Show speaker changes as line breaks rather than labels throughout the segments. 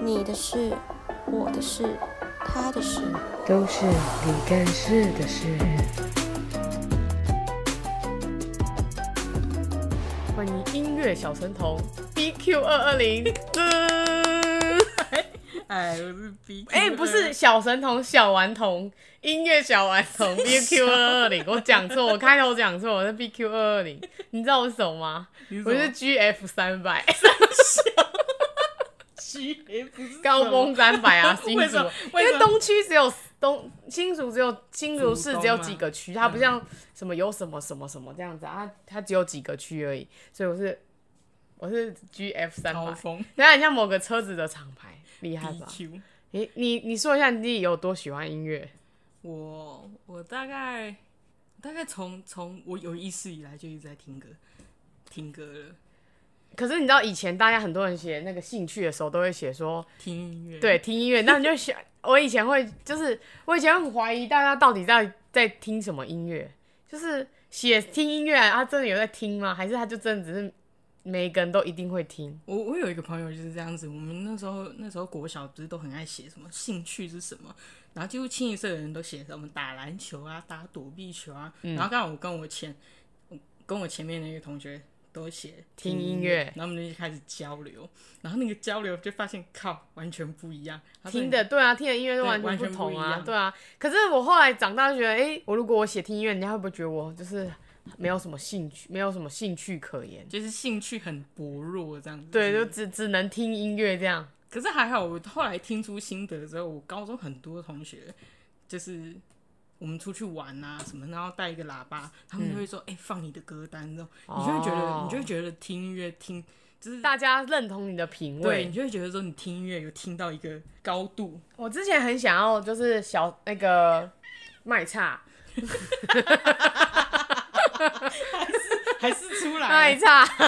你的事、我的事、他的事。
都是你干事的事。
欢迎音乐小神童 BQ 二 二零。
哎，我是 B。
哎、不是小神童，小顽童，音乐小顽 童 BQ 二二零，我讲错，我开头讲错，我是 BQ 二二零。你知道我是什么吗？
你是什
我
么
是 GF 三 百，
G F
高峰三百啊，新
为
竹
什么，
因
为
为
什么
东区只有东新竹只有新竹市
竹东
只有
吗
几个区，
啊
它不像什么有什么什么什么这样子啊，它只有几个区而已，所以我是我是 GF 三
高
百。
峰
等一下很像某个车子的厂牌，厉害吧？
BQ。
你你你说一下你自己有多喜欢音乐？
我我大概大概从从我有意识以来就一直在听歌，听歌了，
可是你知道以前大家很多人写那个兴趣的时候，都会写说
听音乐。
对听音乐，那你就想，我以前会就是我以前很怀疑大家到底在在听什么音乐，就是写听音乐，他真的有在听吗？还是他就真的只是每一个人都一定会听？
我我有一个朋友就是这样子，我们那时候那时候国小不是都很爱写什么兴趣是什么，然后几乎清一色的人都写什么打篮球啊、打躲避球啊，
嗯
然后刚好我跟我前我跟我前面那个同学都写
听音
乐
乐，
然后我们就开始交流，然后那个交流就发现靠完全不一样，他说
听
你
的对啊，听的音乐都
对
完全
完
不
全不
同
一
啊
样，
对啊。可是我后来长大就觉得，哎、我如果我写听音乐，人家会不会觉得我就是没有什么兴趣，没有什么兴趣可言？
就是兴趣很薄弱这样子。
对，就只只能听音乐这样。
可是还好，我后来听出心得之后，我高中很多同学就是我们出去玩啊什么，然后带一个喇叭，他们就会说：“哎、放你的歌单。”这种，你就会觉得，
哦
你就会觉得听音乐听就是
大家认同你的品
嗯对，
味
你。就会觉得说你听音乐有听到一个高度。
我之前很想要就是小那个卖叉，
还是出
卖
来，
叉。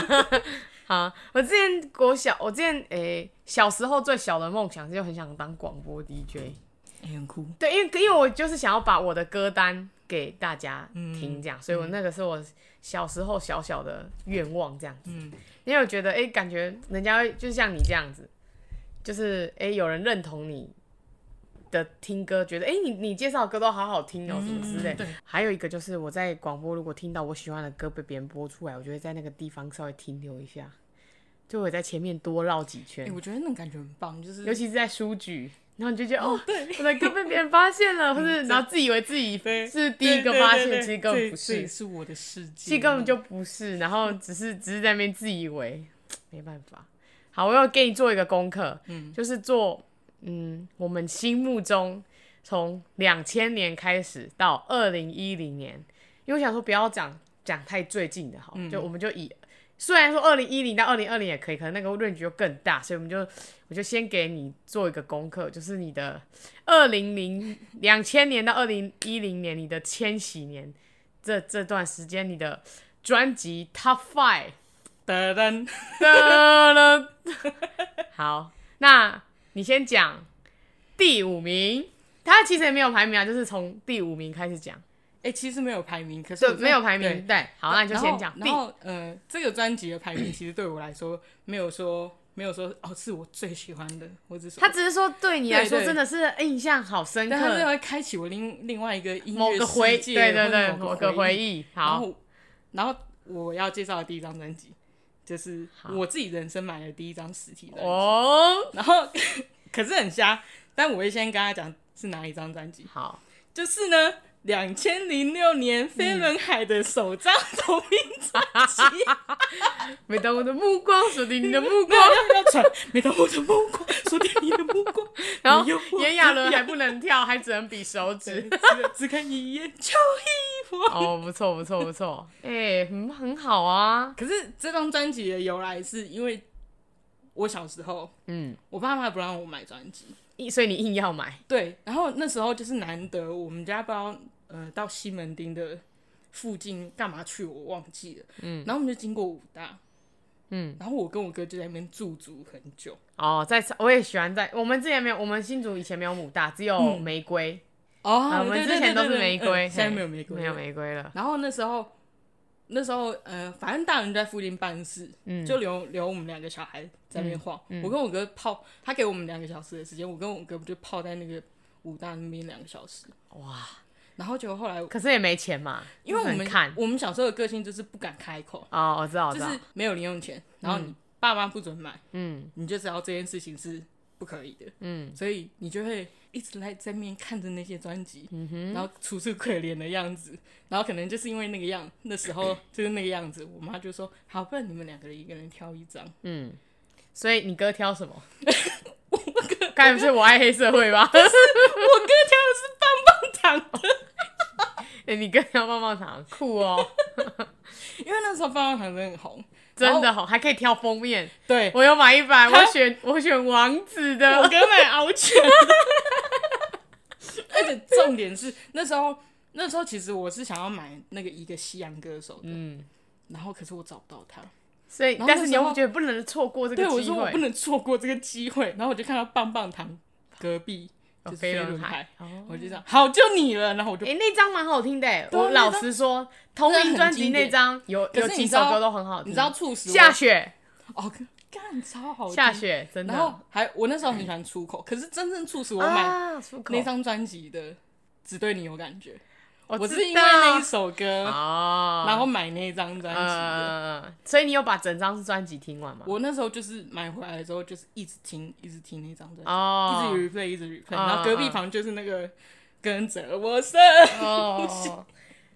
好，我之前国小，我之前诶、小时候最小的梦想就很想当广播 DJ。
哎、很酷。
对，因为因为我就是想要把我的歌单给大家
嗯
听，这样，所以我那个是我小时候小小的愿望，这样子。
嗯
因为我觉得，哎、感觉人家会就像你这样子，就是哎、有人认同你的听歌，觉得哎、你你介绍的歌都好好听哦、什么之类。
嗯对
还有一个就是我在广播，如果听到我喜欢的歌被别人播出来，我就会在那个地方稍微停留一下，就我在前面多绕几圈。
哎、我觉得那种感觉很棒，就是
尤其是在书局，然后你就觉得哦，我的歌被别人发现了，或者然后自以为自己
对
是第一个发现，其实根本不
这也
是，
是我的世界，
其实根本就不是，然后只是只是在那边自以为，没办法。好，我要给你做一个功课，嗯，就是做嗯我们心目中从两千年开始到二零一零年，因为我想说不要讲讲太最近的好，就我们就以。虽然说二零一零到二零二零也可以，可能那个论据就更大，所以我们就我就先给你做一个功课，就是你的二零零两千年到二零一零年，你的千禧年这这段时间，你的专辑 Top Five
噔噔。
哒啦好，那你先讲第五名，他其实也没有排名啊，就是从第五名开始讲，
哎、其实没有排名，可是
对，
我真的
没有排
对
名，对，好，那你就先讲第
然后，然后呃，这个专辑的排名其实对我来说没有说没有说哦，是我最喜欢的，我只是
他只是说对你来说
对对
真的是印象好深
但它是
刻，
会开启我另另外一个音乐
某个回
世界
对对
或
对
者
某
个
个回
忆。
忆。
然
好，
后，然后我要介绍的第一张专辑，就是
好
我自己人生买的第一张实体专辑。
哦，
然后， 可是很瞎，但我会先跟他讲是哪一张专辑，
好，
就是呢。两千零六年飞
嗯
轮海的首张 同名专辑，
每当我的目光锁定你 的目光，
要要传，每当我的目光锁定你的目光，
然后
你又不
炎亚纶
一样
还不能跳，还只能比手指。
只只看一眼就一 我。
哦，不错不错不错，哎，很很好啊，
可是这张专辑的由来是因为我小时候，
嗯。
我爸妈不让我买专辑，
硬所以你硬要买，
对，然后那时候就是难得我们家不知道呃到西门町的附近干嘛去，我忘记了，嗯，然后我们就经过武大。
嗯，
然后我跟我哥就在那边驻足很久。
哦，在我也喜欢在我们之前没有，我们新竹以前没有母大，只有玫瑰，呃
哦
啊我们之前都是玫瑰，
嗯现在
嘿
没有玫瑰，
没有玫瑰了。
然后那时候那时候，呃，反正大人在附近办事，
嗯
就留留我们两个小孩在那边晃。我跟我哥泡，他给我们两个小时的时间，我跟我哥就泡在那个武大那边两个小时。
哇！
然后结果后来，
可是也没钱嘛，
因为我
不
们
能看
我们小时候的个性就是不敢开口，
哦，我知道，我
就
知道，
是没有零用钱，然后你爸妈不准买，
嗯
你就知道这件事情是不可以的，
嗯，
所以你就会一直在在面看着那些专辑，
嗯
然后楚楚可怜的样子，然后可能就是因为那个样，那时候就是那个样子，我妈就说：“好，不然你们两个人一个人挑一张。
嗯，所以你哥挑什么？该不是我爱黑社会吧？
我哥挑的是棒棒糖，
欸你哥挑棒棒糖，酷哦，
因为那时候棒棒糖真的很红，
真的好，还可以挑封面。
对
我有买一版，
哦他
我选我选王子的，
我哥 买敖犬，而且重点是那时候。那时候其实我是想要买那个一个西洋歌手的，
嗯，
然后可是我找不到他，
所以
然后
但是你
那时
又
候
觉得不能错过这个
对，我
机
说我
会
不，能错过这个机会，然后我就看到棒棒糖隔壁
有
就是
飞
飞
轮
轮
海
海，
哦
我就这样，好，就你了，然后我就
哎、那张蛮好听的欸，
对啊
我
那
老
张
实说，同
那
名
很
专
经
辑那
典
张有
可
有
是
几
你知
首
道
歌都很好听，
你知道促使我
下雪
哦，干超好听
下，雪真的，
然后还我那时候很喜欢出口，可是真正促使我买
啊，出口
那张专辑的《只对你有感觉》，我
我
是因为
道
那一首歌，
哦，
然后买那张专辑的。
呃，所以你有把整张专辑听完吗？
我那时候就是买回来的时候，就是一直听，一直听那张专辑，一
哦，
直 replay，一直 replay，
嗯
然后隔壁
嗯
房就是那个跟着我身，
哦，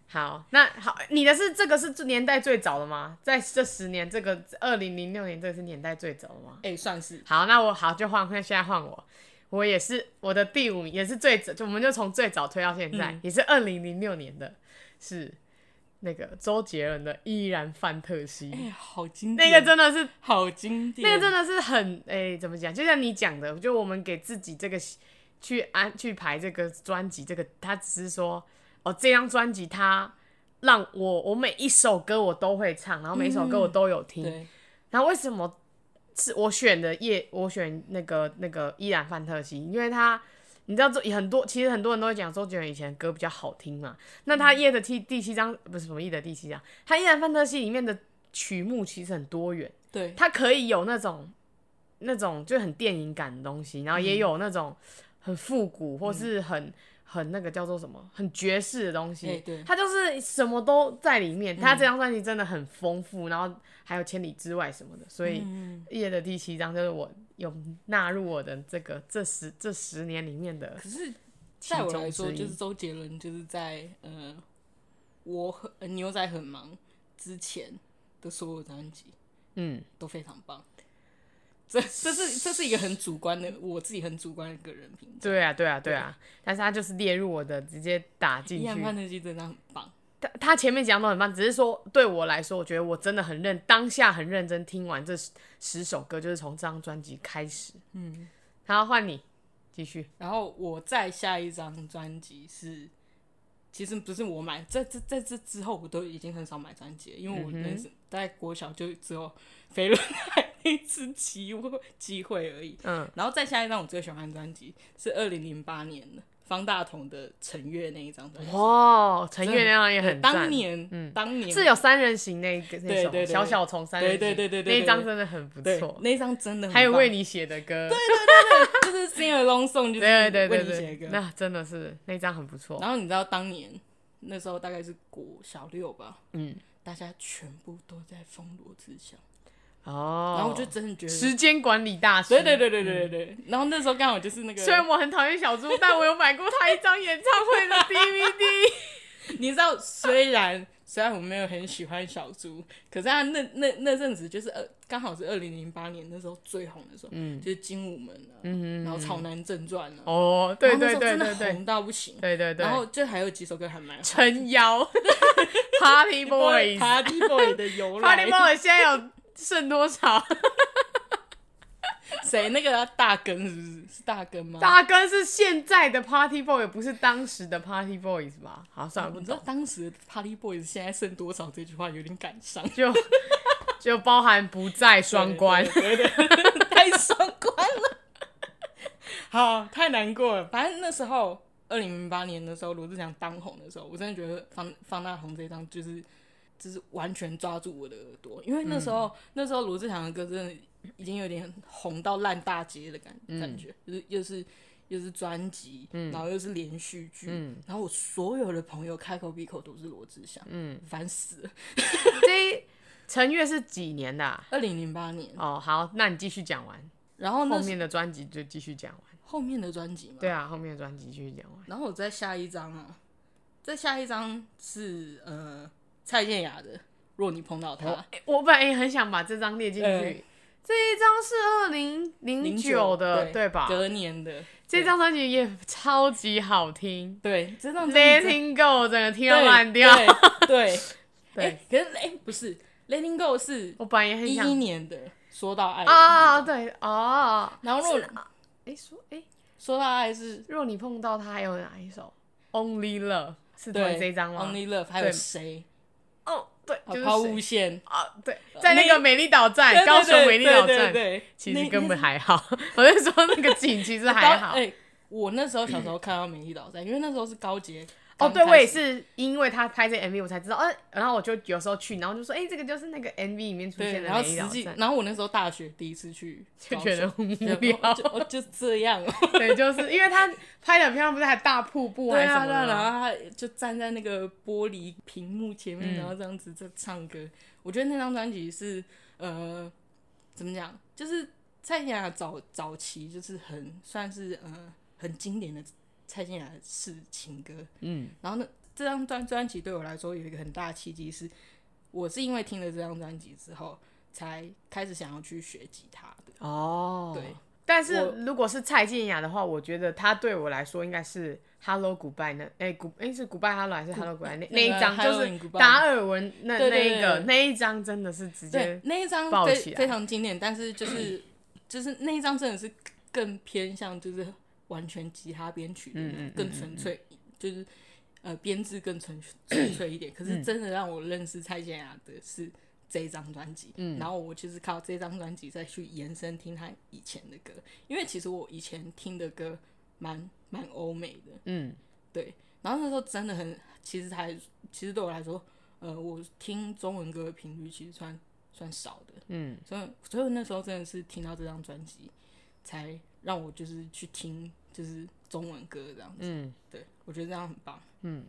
好，那好，你的是这个是年代最早的吗？在这十年，这个二零零六年，这个是年代最早的吗？
哎，算是
好，那我好就换，那现在换我，我也是我的第五名，也是最早，就我们就从最早推到现在，
嗯
也是二零零六年的，是那个周杰伦的《依然范特西》
哎，好经典，
那个真的是
好经典，
那个真的是很诶、怎么讲？就像你讲的，就我们给自己这个去安去排这个专辑，这个他只是说哦，这张专辑它让我我每一首歌我都会唱，然后每一首歌我都有听。
嗯对，
然后为什么是我选的夜？我选那个那个依然范特西，因为他你知道这很多，其实很多人都会讲周杰伦以前的歌比较好听嘛。那他夜的第第七章不是什么夜的第七章，他依然范特西里面的曲目其实很多元。
对，
它可以有那种那种就很电影感的东西，然后也
嗯
有那种很复古或是很、很那个叫做什么很爵士的东西。
哎嗯对嗯
它就是什么都在里面。它这张专辑真的很丰富，然后还有《千里之外》什么的，所以
嗯，
夜的第七张就是我有纳入我的这个这十这十年里面的
可是在我来说，
其中之一
就是周杰伦就是在呃，我很呃牛仔很忙之前的所有专辑
嗯。
都非常棒。这这是这是一个很主观的，我自己很主观的个人评价。
对啊，对啊，对啊，但是它就是列入我的，直接打进
依然
去。
范特西真的很棒，
他他前面讲的很棒，只是说对我来说，我觉得我真的很认当下很认真听完这十十首歌，就是从这张专辑开始。嗯，然后换你继续。
然后我再下一张专辑是，其实不是我买，在这在这之后我都已经很少买专辑了，因为我那时、
嗯
在国小就只有飞轮海那一次机会机会而已。
嗯，
然后再下一张我最喜欢的专辑是二零零八年的方大同的《陈月》那一张专辑，
哇，陈月那张也很赞。嗯
当年，当年
是有三人行那一个那
对
首
对对
小小虫三人行，
对对对对对
那一张真的很不
对
错。
那一张真的很
还有
棒
为你写的歌，
就是 sing along song，就是
对对
为
对
你写
对
的
对，
歌。
那真的是那张很不错。
然后你知道当年那时候大概是国小六吧，
嗯，
大家全部都在疯罗志祥，
哦，
然后我就真的觉得。
时间管理大师，
对对对对对对对，然后那时候刚好就是那个，
嗯虽然我很讨厌小猪，但我有买过他一张演唱 会的 DVD。
你知道，虽然虽然我没有很喜欢小猪，可是他那那那阵子就是呃，刚好是二零零八年那时候最红的时候，嗯，就是精武门啊，嗯然后潮男正传啊，
哦，对
然后那时
对
候
对
真的
对对
红到不行，
对对对，
然后就还有几首歌还蛮好
撑腰，Party Boys，Party
Boy，Party Boy 的由来，
Boys 现在有剩多少？
谁那个啊大根是不是是大根吗？
大哥是现在的 Party Boy，不是当时的 Party Boys 吧？好，算了，不
你知道
懂，
当时 Party Boys 现在剩多少这句话有点感伤，
就就包含不在双关。
对对 对对 太双关了。好，太难过了。反正那时候，二零零八年的时候，罗志祥当红的时候，我真的觉得方方大同这一张就是就是完全抓住我的耳朵，因为那时候、那时候罗志祥的歌真的已经有点红到烂大街的感、感觉，就是又是又是专辑，然后又是连续剧，然后我所有的朋友开口闭口都是罗志祥，嗯，烦死了。
这一陈月是几年的啊、
二零零八年，
哦，好，那你继续讲完，
然后那
后面的专辑就继续讲完。
后面的专辑嘛，
对啊，后面的专辑继续讲完。
然后我在下一张哦，在下一张是呃蔡健雅的《若你碰到他》
诶我本来也很想把这张列进去，
嗯
这一张是二零零九的，对吧？
隔年的
这张专辑也超级好听
对，这张
，Letting Go 整个听到烂掉。
对对
对
哎可是哎、不是《Letting Go》是
我本来也很
一
想
一年的，说到爱
啊，，对哦，
然后若
哎说哎，
说到爱是
若你碰到他，还有哪一首？Only Love 是同
对
这一张吗？
Only Love 还有
对
谁？
哦，对，
啊
就是
抛
谁
物线，
啊，对，在那个美丽岛站，
对
高雄
对
美丽岛
对对
站，
对
其
那
实根
那
本还好。我是说那个景其实还
高
好
哎、。我那时候小时候看到《美丽岛站》，因为那时候是高杰
哦，
刚
对，
开
我也
始
是因为他拍这 MV 我才知道，呃，然后我就有时候去，然后就说，哎，这个就是那个 MV 里面出
对，
现
然后
的美丽
实
岛
际，
站，
然后我那时候大学第一次去
就
高雄，
觉得很无
就
聊
哦。就哦就这样哦。
对，就是因为他拍的很漂亮，不是还大瀑布还
对
是什
啊，
么
对啊，
的
然
吗，
后他就站在那个玻璃屏幕前
嗯
面，然后这样子在唱歌。我觉得那张专辑是呃，怎么讲，就是蔡健雅早早期就是很算是呃很经典的蔡健雅式情歌，嗯，然后呢，这张专专辑对我来说有一个很大的契机是，我是因为听了这张专辑之后，才开始想要去学吉他的，
哦，
对。
但是
我
如果是蔡健雅的话，我觉得她对我来说应该是 Hello Goodbye 那哎古哎是 Goodbye Hello 还是 Hello Goodbye
那
那
个
那一张就
Hello and
是
Goodbye
达尔文那
对
那
对对
一个
对
那一张真的是直
对
接，
那一张
爆
非
起来
非常经典，但是就是就是那一张真的是更偏向就是完全吉他编曲
嗯
的那种，更纯粹，就是呃编制更纯纯粹一点。可
嗯
是真的让我认识蔡健雅的是这一张专辑，
嗯
然后我就是靠这张专辑再去延伸听她以前的歌，因为其实我以前听的歌蛮蛮欧美的，
嗯，
对，然后那时候真的很，其实还其实对我来说，呃，我听中文歌的频率其实算算少的，
嗯，
所以所以那时候真的是听到这张专辑，才让我就是去听就是中文歌这样子，
嗯，
对我觉得这样很棒，嗯，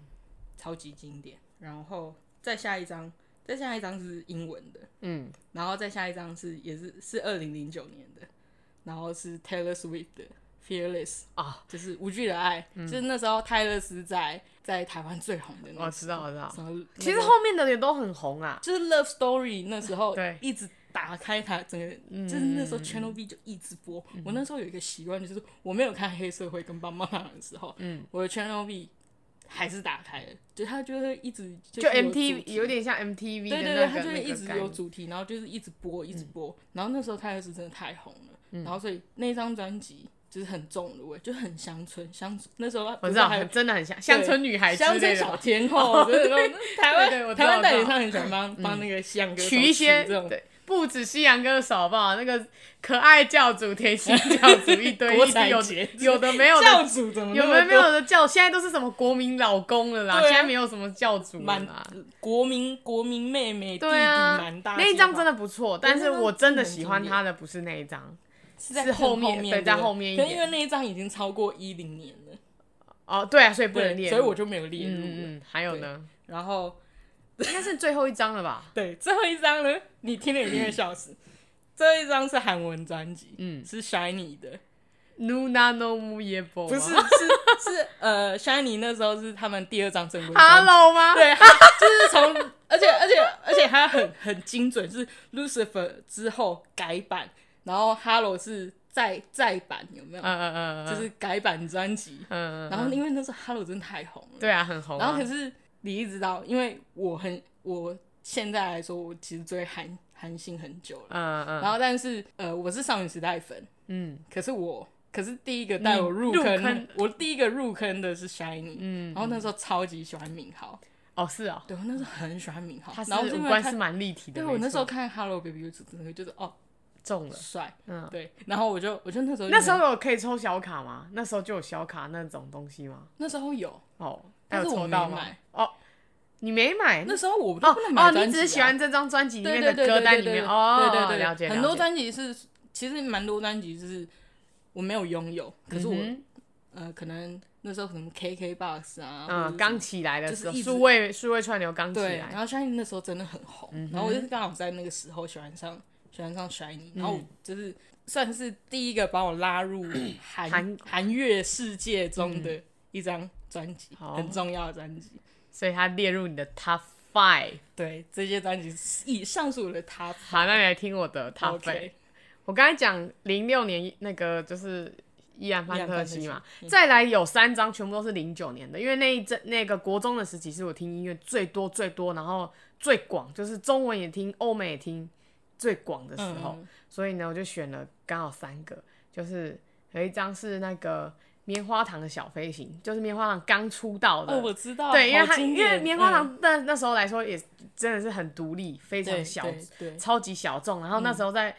超级经典。然后再下一张，再下一张是英文的，
嗯，
然后再下一张是也是是二零零九年的，然后是 Taylor Swift 的 Fearless
啊，嗯
就是无惧的爱，就是那时候泰勒斯在在台湾最红的那
哦我
个
知道我知道。
什么，
其实后面的也都很红啊，
就是 Love Story 那时候
对嗯
一直打开它整个，就是那时候 Channel V 就一直播。我那时候有一个习惯，就是我没有看黑社会跟棒棒糖的时候，嗯，我的 Channel V 还是打开的，就它就会一直
就
有
MTV
主题
有点像 MTV 的
对对
那个
对，它就会
那
一
个嗯
直
概
有
念。
主题，然后就是一直播，一直播。然后那时候泰勒斯真的太红了，
嗯
然后所以那张专辑就是很重的味，就很乡村乡村。那时候啊
我
不
知
是
道，
还有
很真的很像乡村女孩之
乡
类
村
的
小哦
吧，
天 后，就是那种嗯台
对对我
湾
知道
台湾代
我
理
知道嗯
商很喜欢帮帮那个西洋歌手
取一些
这种
对，不止西洋歌手好不好？那个可爱教主、甜心教主一堆，
国
一
彩
堆有
节
有的没有的
教主怎么
有
那
没有
么
没有
多
的教？现在都是什么国民老公了啦，
对啊
现在没有什么教主了
满
啦。
国民国民妹妹弟弟
对啊
满，大街跑，
那一张真的不错，但是
那张
我真
真
的
的很
喜欢
经典
他的不是那一张
是在
是
更
后
后
面对
对
在
不
后面一
可是
点
因为那一张已经超过一零年了，
哦，对啊，所以不能
对，
列入，
所以我就没有列入了。
嗯嗯，还有呢，
然后
应该是最后一张了吧？
对，最后一张呢，你听了一定会笑死。最后一张是韩文专辑，
嗯
是 Shiny 的，
，Nuna no mu ye bo，
不是是是呃，Shiny 那时候是他们第二张正规专辑。
Hello 吗？
对，就是从，而且 而且而且它很很精准，是 Lucifer 之后改版，然后 Hello 是再再版，有没有？
嗯，嗯嗯嗯，
就是改版专辑。
嗯，嗯
然后因为那时候 Hello 真的太红了，
对啊，很红啊。
然后可是你一直到，因为我很我现在来说，我其实追韩韩星很久了。
嗯嗯，
然后但是呃，我是少女时代粉，
嗯，
可是我可是第一个带我入
入
坑，
坑
我第一个入坑的是 Shiny，嗯，然后那时候超级喜欢敏浩，
哦是哦，
对我那时候很喜欢敏浩
他，是
然后
五
因为
官是
看，
蛮立体的，
对
没
我那时候
错
看《Hello Baby》就整个就是哦
中了。
帅，
嗯
对，然后我就我就那时候就
那时候有可以抽小卡吗？那时候就有小卡那种东西吗？
那时候有，
哦，
但是
有
我
抽
没
到吗
买？
哦，你没买
那时候我就
哦
不能
哦，
买专辑、啊
你只是喜欢这张专辑里
对
面
对
的
对
歌
对
单
对
里面
对
哦，
对对对，
了解
很
了
多
解
专辑是，其实蛮多专辑是我没有拥有，可是我、
嗯
呃，可能那时候可能 KK box 啊，或者是
嗯，刚起来的
就是
时候，
一直
数位数位串流刚起
对，
来嗯
然，后 Shiny 那时候真的很红，然后我就是刚好在那个时候喜欢上喜欢上 Shiny，然
嗯
后我就是算是第一个把我拉 入韩
韩嗯
韩乐世界中的一张专辑，
好
很重要的专辑。
所以它列入你的 Top Five。
对，这些专辑是以上述的 Top
好，那你来听我的 Top Five。
OK，
我刚才讲零六年那个就是伊然范特西嘛
伊，
再来有三张全部都是零九年的，因为那一阵那个国中的时期是我听音乐最多最多，然后最广，就是中文也听，欧美也听，最广的时候，
嗯
所以呢我就选了刚好三个，就是有一张是那个棉花糖的小飞行，就是棉花糖刚出道的，
哦，我知道，
嗯对，因为
好
它
经
因
典
为棉花
嗯
糖那、那时候来说也真的是很独立，非常
对
小
对对
超级小众，然后
嗯
那时候在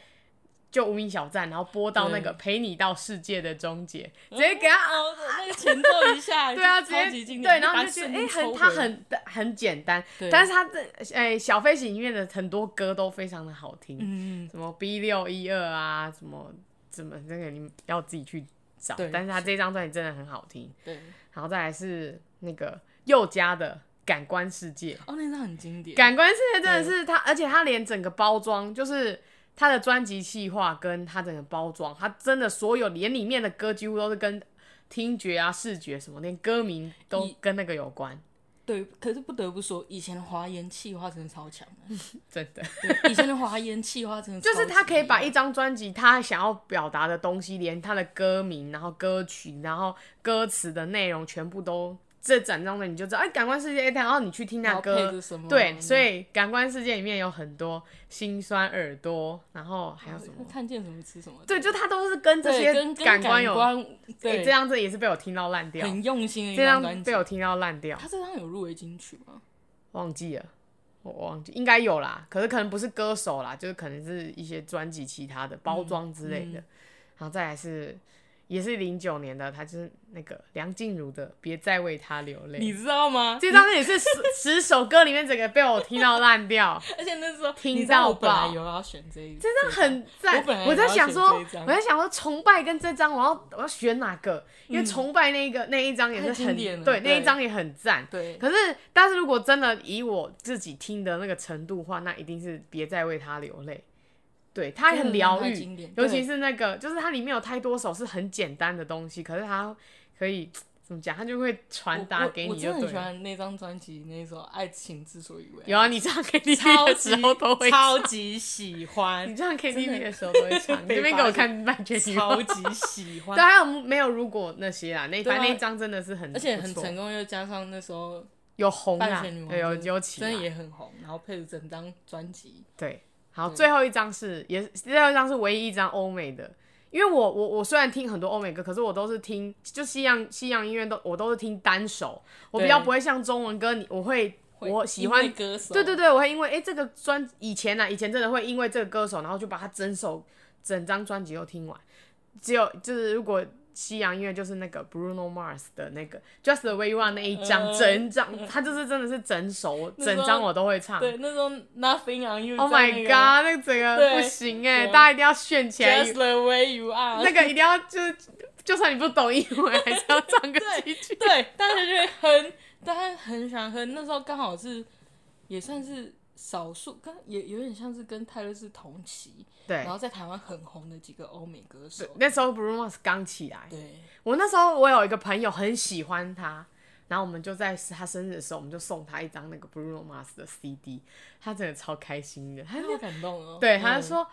就无名小站，然后播到那个陪你到世界的终结，直接给他
哦，那个前奏一下，
对啊，
就
直
超级
接
经典，
对，然后就觉得
哎、
哎、很它很很简单
对，
但是它这哎、小飞行里面的很多歌都非常的好听，
嗯，
什么 B 六一二啊，什么怎么这个你们要自己去找
对，
但是它这张专辑真的很好听，
对，
然后再来是那个佑嘉的感官世界，
哦，那张很经典，
感官世界真的是他，而且他连整个包装，就是他的专辑企划跟他整个包装，他真的所有连里面的歌几乎都是跟听觉啊、视觉什么，连歌名都
一
跟那个有关，
对，可是不得不说，以前的华研气化真的超强的，
真 的。
对以前的华研气化真的
就是他可以把
一
一张专辑他想要表达的东西，连他的歌名，然后歌曲，然后歌词的内容，全部都这整张的你就知道，哎，感官世界，哎然后你去听那
然后配
歌
着什么，
对，所以感官世界里面有很多心酸耳朵，然后还有什么？
看见什么吃什么，
对，就他都是跟这
对
些
跟跟
感
感
官有，哎、
对、
这样这也是被我听到烂掉，
很用心的一
这
张专
样
辑
被。我听到烂掉，
他这张有入围金曲吗？
忘记了，我我忘记应该有啦，可是可能不是歌手啦，就是可能是一些专辑其他的包装之类
嗯
的，然后再来是也是零九年的，他就是那个梁静茹的《别再为他流泪》，
你知道吗？
这张也是十十首歌里面整个被我听到烂掉，
而且那时候
听
你知道
到
我本来
爆
有要选这一，
这张很赞
我本来。
我在
也要
想
选
说
这一，张
我在想说，崇拜跟这张，我要我要选哪个？因为崇拜那一个那一张也
嗯太
是
经
很
典了
对，那
对
一张也很赞。
对
可是，但是如果真的以我自己听的那个程度的话，那一定是别再为他流泪。对，它
真的
很疗
太经典
愈，尤其
对
是那个，就是它里面有太多首是很简单的东西，可是它可以怎么讲，它就会传达给
我我
你
我
就
真的很喜欢
对了。
那张专辑那首《爱情之所以为爱》，
有啊，你唱 KTV
超
的
级
时候都会
超
唱
级喜
你
欢，
唱 KTV 的时候都会唱。你
被
这边
发
给我
现
看麦爵士
超级喜欢
对，，还有没有如果那些啊？那
对啊
反正那一张真的是很，
而且很成
功，
功，又加上那时候
有红
半
啊
仙女，王
对有
真的
有起
真的
来，
也很红，然后配着整张专辑，
对。好，
对
最后一张是也是最后一张是唯一一张欧美的，因为我我我虽然听很多欧美歌，可是我都是听就西洋西洋音乐都我都是听单首，我比较
对
不会像中文歌，你我会
会
我喜
因
欢
为歌手，
对对对，我会因为哎、诶这个专以前啊，以前真的会因为这个歌手，然后就把他整首整张专辑都听完。只有就是如果西洋音乐就是那个 Bruno Mars 的那个 Just the Way You Are 那一张，
呃
整张他就是真的是整首我
那时候
整张我都会唱。
对那时候 Nothing on You，
Oh
在
my
那个
god，那个整个
对
不行哎、
对
大家一定要炫起来，
Just the way you are，
那个一定要就是就算你不懂英文，还是要唱个几句。
对，但是就是很，但是很喜欢哼。那时候刚好是也算是少数，跟也有点像是跟泰勒斯同期，
对
然，后在台湾很红的几个欧美歌手，
那时候 Bruno Mars 刚起来，
对
我那时候我有一个朋友很喜欢他，然后我们就在他生日的时候，我们就送他一张那个 Bruno Mars 的 CD，他真的超开心的，他
哎
就
好感动哦。
对，他就
嗯
说。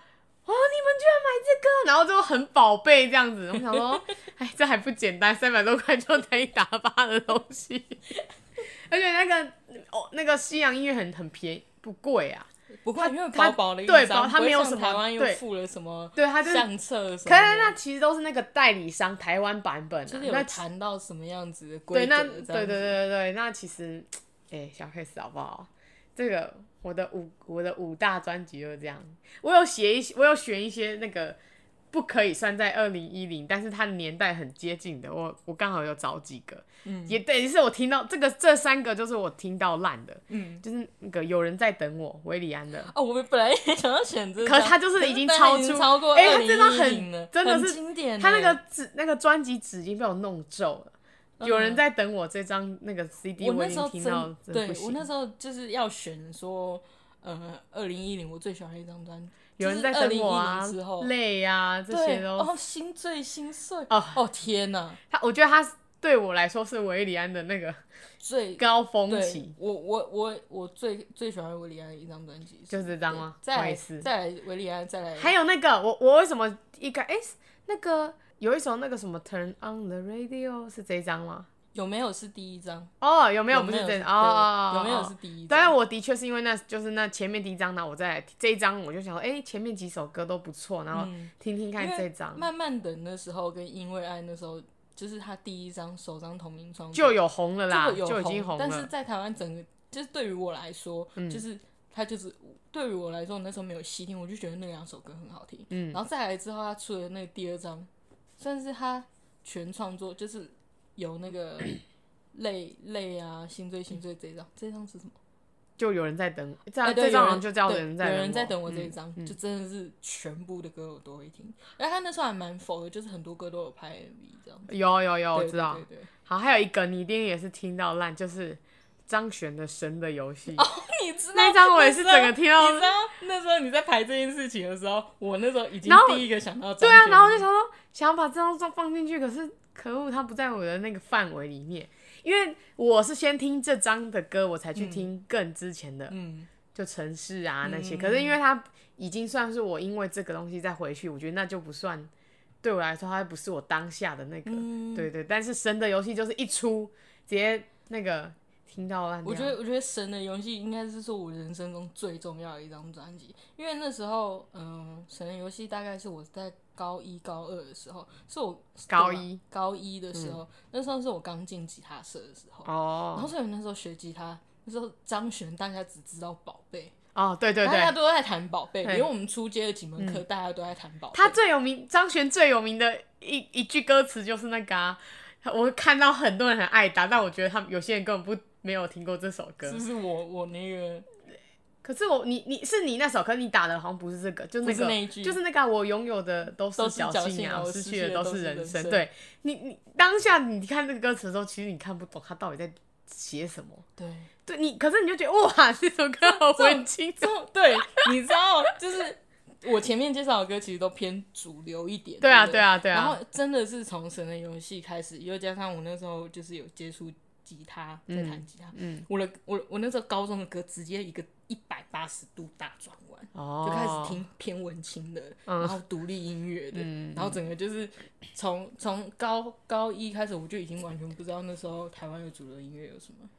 哦，你们居然买这个，然后就很宝贝这样子。我 想说，哎，这还不简单，三百多块就可以打发的东西。 而且那个哦，那个西洋音乐很很便宜，不贵啊。
不过
他
因为薄
他
薄的一
对
张，
薄他
不会
没有
像
什么
台湾又
对
附了什么
对，他就是，可
相册什
是
么的，
那其实都是那个代理商台湾版本
就
啊
是。有
那
谈到什么样子的规
对，
格这
那
样
对
子，
对对对对，那其实，哎、小 case 好不好？这个我的五我的五大专辑就是这样，我有写一些，我有选一些那个不可以算在二零一零，但是它的年代很接近的。我我刚好有找几个，嗯，也等于是我听到这个这三个就是我听到烂的，嗯，就是那个有人在等我，维里安的，
哦，我本来也想要选这张，
可是它就是已经
但
超
已经
出
超过
哎它
二
这
零
张
一
很
零了，
真的
很
是
经典欸。
他那个纸那个专辑纸已经被我弄皱了。有人在等我这张那个 CD，
嗯我
我
那
已
时候
经
真
听到真
对
不行
我那时候就是要选说，呃，二零一零我最喜欢的一张专辑，
有人在
二
等
零一
我啊
零之后，，
累啊，这些
对，
都
哦，心醉心碎，
哦
哦天哪，
他，我觉得他对我来说是维里安的那个
最
高峰
对
期，，
我我我我最最喜欢维里安的一张专辑，
就是这张吗？
再
我
来
也是。
再来维里安，再来
还有那个，我我为什么一个哎、是那个有一首那个什么 Turn on the Radio 是这一张吗？
有没有是第一张？
哦，有没有
有
不
没
是
有
这
对
哦哦哦？哦
有没有
哦
是第一张
当然，我的确是因为那就是那前面第一张，然后我再来这一张，我就想说，哎、前面几首歌都不错，然后听听看
嗯因为
这张
慢慢等的时候跟因为爱那时候，就是他第一张首张同名专辑
就有红了啦，
就有
已经红
但是
了。嗯
在台湾整个就是对于我来说，就是他就是对于我来说，我那时候没有细听，我就觉得那两首歌很好听。嗯，然后再来之后，他出了那个第二张，算是他全创作，就是有那个 泪泪啊、心醉心醉这一张，这一张是什么？
就有人在等，这
哎
样
对
啊这张
有
好像就叫
对
人在嗯
有
等
人在
我
等我这一张，就真的是全部的歌我都会听。而他那时候还蛮否的，就是很多歌都有拍 MV 这样。
有有哦有，我
对
知道
对。对对
好，还有一个你一定也是听到烂，就是张悬的《神的游戏》
你知道
那一张，我也是
哦那时候
整个听到
你知道那时候你在排这件事情的时候，我那时候已经
然后
第一个想到张
对啊，
学
然后我
友
就想说想把这张照放进去，可是可恶，它不在我的那个范围里面，因为我是先听这张的歌，我才去听更之前的，
嗯
就城市啊那些。可是因为它已经算是我因为这个东西再回去，我觉得那就不算对我来说，它不是我当下的那个，
嗯
对对。但是《神的游戏》就是一出直接那个听到烂掉，
我觉得我觉得《神的游戏》应该是说我人生中最重要的一张专辑，因为那时候嗯，《神的游戏》大概是我在高一高二的时候，是我
高
对吧
一嗯
高一的时候，那时候是我刚进吉他社的时候，然
哦
后所以那时候学吉他。那时候张悬大家只知道宝贝，
哦，对对
大家
对。
都在谈宝贝，
对嗯
连我们出街的几门课，大家都在谈宝贝。
他最有名，张悬最有名的一一句歌词就是那个、啊，我看到很多人很爱打，但我觉得他们有些人根本不没有听过这首歌
是。不是我我那个
可是我你你是你那首，可是你打的好像不是这个，就那
不是
个
那一句
就是那个啊、我拥有的都是
都是
侥
侥
幸
幸
啊，
啊
我
我
失
失
去
去
的
的
都
都
是
是
人
人
生。
生
对你你当下你看这个歌词的时候，其实你看不懂他到底在写什么。
对，
对你，可是你就觉得哇，这首歌好文青
这种对，你知道，就是我前面介绍的歌其实都偏主流一点。
对啊
不
对啊对啊
然后真的是从《神的游戏》开始，又加上我那时候就是有接触吉他，在弹吉他。嗯，我的我我那时候高中的歌直接一个一百八十度大转弯。
哦嗯
就开始听偏文青的，然后独立音乐的，然后整个就是从从高高一开始，我就已经完全不知道那时候台湾的主流音乐有什么。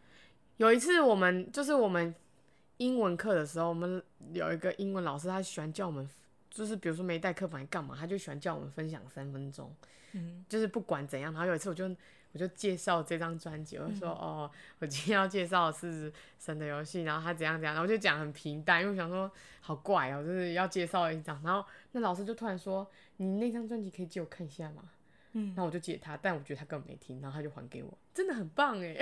有一次我们就是我们英文课的时候，我们有一个英文老师，他喜欢叫我们，就是比如说没带课本还干嘛，他就喜欢叫我们分享三分钟，嗯，就是不管怎样。然后有一次我就我就介绍这张专辑，我就说、哦，我今天要介绍的是《神的游戏》，然后他怎样怎样，然后我就讲很平淡，因为我想说好怪哦、就是要介绍一张。然后那老师就突然说：“你那张专辑可以借我看一下吗？”嗯，那我就借他，但我觉得他根本没听，然后他就还给我，真的很棒哎、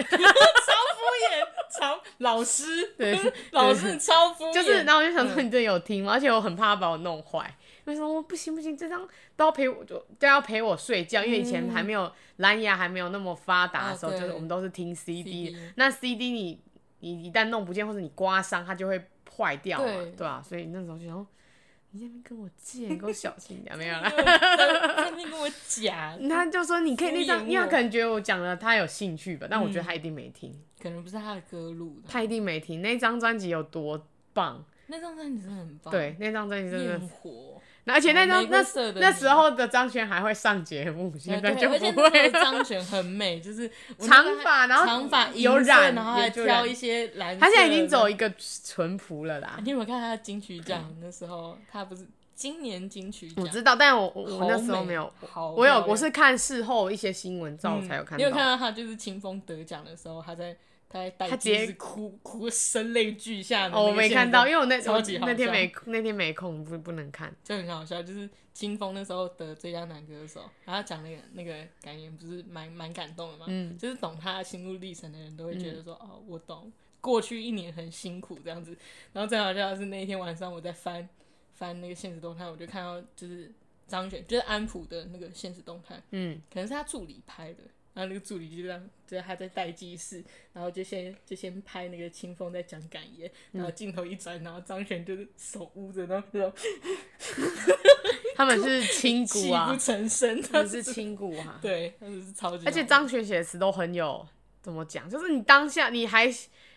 超老师，
对
老师超敷衍，嗯
就是，然后我就想说，你真的有听吗？而且我很怕他把我弄坏，为什么不行不行？这张都要陪我，就都要陪我睡觉，因为以前还没有蓝牙还没有那么发达的时候，
嗯哦对
就是我们都是听 CD，,
CD
那 CD 你你一旦弄不见或者你刮伤，它就会坏掉嘛，
对
对吧、所以那时候就想说，你在那边跟我借，你给我小心一 点，没有啦。
在那边跟我讲，
他就说你可以那
敷衍
张，
我嗯
因为他可能觉得我讲了他有兴趣吧，但我觉得他一定没听，
可能不是他的歌录的，
他一定没听那张专辑有多棒，
那张专辑真的很棒，，
对，那张专辑真的
焰火，
那而且那张
哦玫瑰
那
色的
那
你
时候的张悬还会上节目，现在
对，
就
而且
不
那
会
时候
了。
张悬很美，就是我那
长
时候还
发然后
长发
有
银色
染
然后还
也就
挑
染
一些蓝色的，
他现在已经走一个淳朴了啦，
啊你有没有看他的金曲奖？那时候他不是今年金曲奖，
我知道，但我我
好
我那时候
美
没有，
好
我有
漂亮嗯
我是看事后一些新闻照才有看
你
到。
有看到他就是清风得奖的时候，他在他在带
他直
机
接
是哭哭声泪俱下的那个现
哦，
状。
我没看到，因为我那
超
我
级好
那天
笑
没那天没空，不不能看。
就很好笑，就是金峰那时候得最佳男歌手，然后他讲那个那个感言，不是蛮蛮感动的嘛。嗯，就是懂他心路历程的人都会觉得说，哦，我懂，过去一年很辛苦这样子。然后最好笑的是那一天晚上我在翻翻那个现实动态，我就看到就是张悬，就是安普的那个现实动态，
嗯，
可能是他助理拍的。然后那个助理就这样，就是他在待机室，然后就先就先拍那个清风在讲感言，然后镜头一转，然后张悬就是手捂着，然后这种
他们是亲
泣
骨啊
不，成 声，
他
他
们是亲骨啊。
对，哦他是超级好，
而且张学写的词都很有怎么讲，就是你当下你还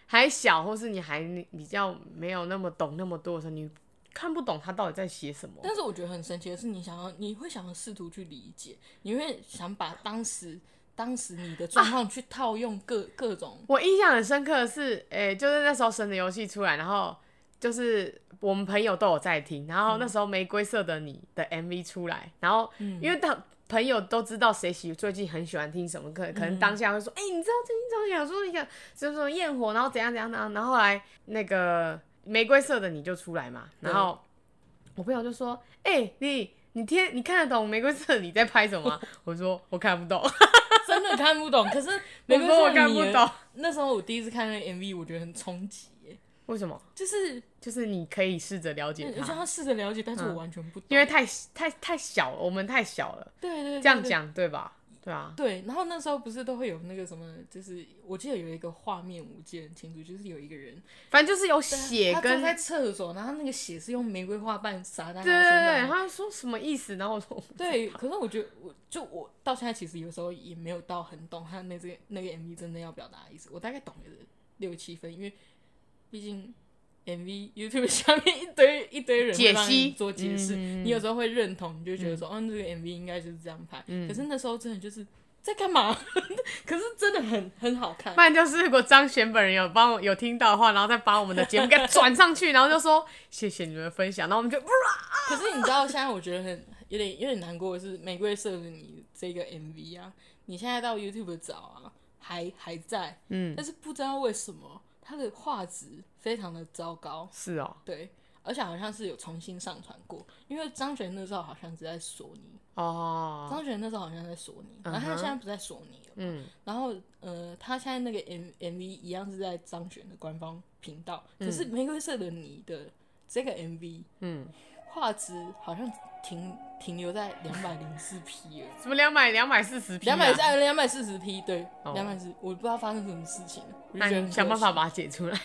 还小，或是你还比较没有那么懂那么多的时候，你看不懂他到底在写什么。
但是我觉得很神奇的是，你想要，你会想要试图去理解，你会想把当时当时你的
啊
状况去套用各、各种，
我印象很深刻的是，诶、就是那时候《神的游戏》出来，然后就是我们朋友都有在听，然后那时候《玫瑰色的你》的 MV 出来，然后因为他朋友都知道谁喜最近很喜欢听什么歌，可能当下会说，哎、你知道最近张学友说一个什么什么焰火，然后怎样怎样怎样，然后后来那个《玫瑰色的你》就出来嘛，然后我朋友就说，哎、你。你听，你看得懂《玫瑰色的你》在拍什么吗？ 我说我看不懂，
真的看不懂。可是 没
我
关系，
说我看不
你
懂，
那时候我第一次看那个 MV，我觉得很冲击耶，
为什么？
就是
就是你可以试着了解
我想
他，
要试着了解，但是我完全不懂，
啊嗯因为太太太小了，我们太小了，
对对对
这样
对
讲对吧？对啊，
对，然后那时候不是都会有那个什么，就是我记得有一个画面，我记得很清楚，就是有一个人
反正就是有
对啊
血
他
跟
坐在厕所，然后那个血是用玫瑰花瓣洒在他
对
身
对对，然
上的。
后说什么意思？然后我说
对，可是我觉得，我就我到现在其实有时候也没有到很懂他那这个那个 MV 真的要表达的意思，我大概懂个六七分，因为毕竟 MV YouTube 下面一堆一堆人会
解
帮你
析
做解释，
嗯
你有时候会认同，你就觉得说，嗯、哦，这个 MV 应该就是这样拍。
嗯
可是那时候真的就是在干嘛？ 可是真的很很好看
不。然就是如果张璇本人有帮我有听到的话，然后再把我们的节目给它转上去，然后就说谢谢你们的分享，然后我 们就
可是你知道，现在我觉得很有点有点难过的是，《玫瑰色的你》这个 MV 啊，你现在到 YouTube 找啊，还还在，
嗯
但是不知道为什么它的画质非常的糟糕，
是哦
对，而且好像是有重新上传过，因为张悬那时候好像是在索尼，
哦，
张悬那时候好像在索尼，
嗯哼
然后他现在不在索尼了，
嗯
然后呃，他现在那个 M MV 一样是在张悬的官方频道，可是《玫瑰色的你》的这个 MV
嗯，
画质好像停停留在两百零四 P 了，
什么两百两百四十 P，哎
两百三两百四十 P，对，
啊哦
两百四，我不知道发生什么事情，我就
那
觉得
你
很
想办法
可惜
把它解出来。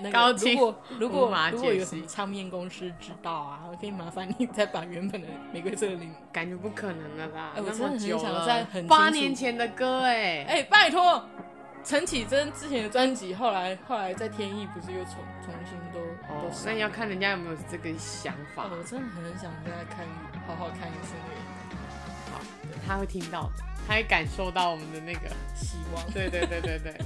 那个
高清
如果如
无
果
法
如果
解
有
析
什么唱片公司知道啊，可以麻烦你再把原本的玫瑰色的零，
感觉不可能的啦，
哎我
那
真的
么
很
久
想
了，
再很
八
清楚
年前的歌哎、
哎、拜托，陈绮贞之前的专辑，后来后来在天意不是又重重新都
哦
都上
那要看人家有没有这个想法
哦，，我真的很想再看好好看一次那个
他会听到，他会感受到我们的那个，
希望。
对对对对对，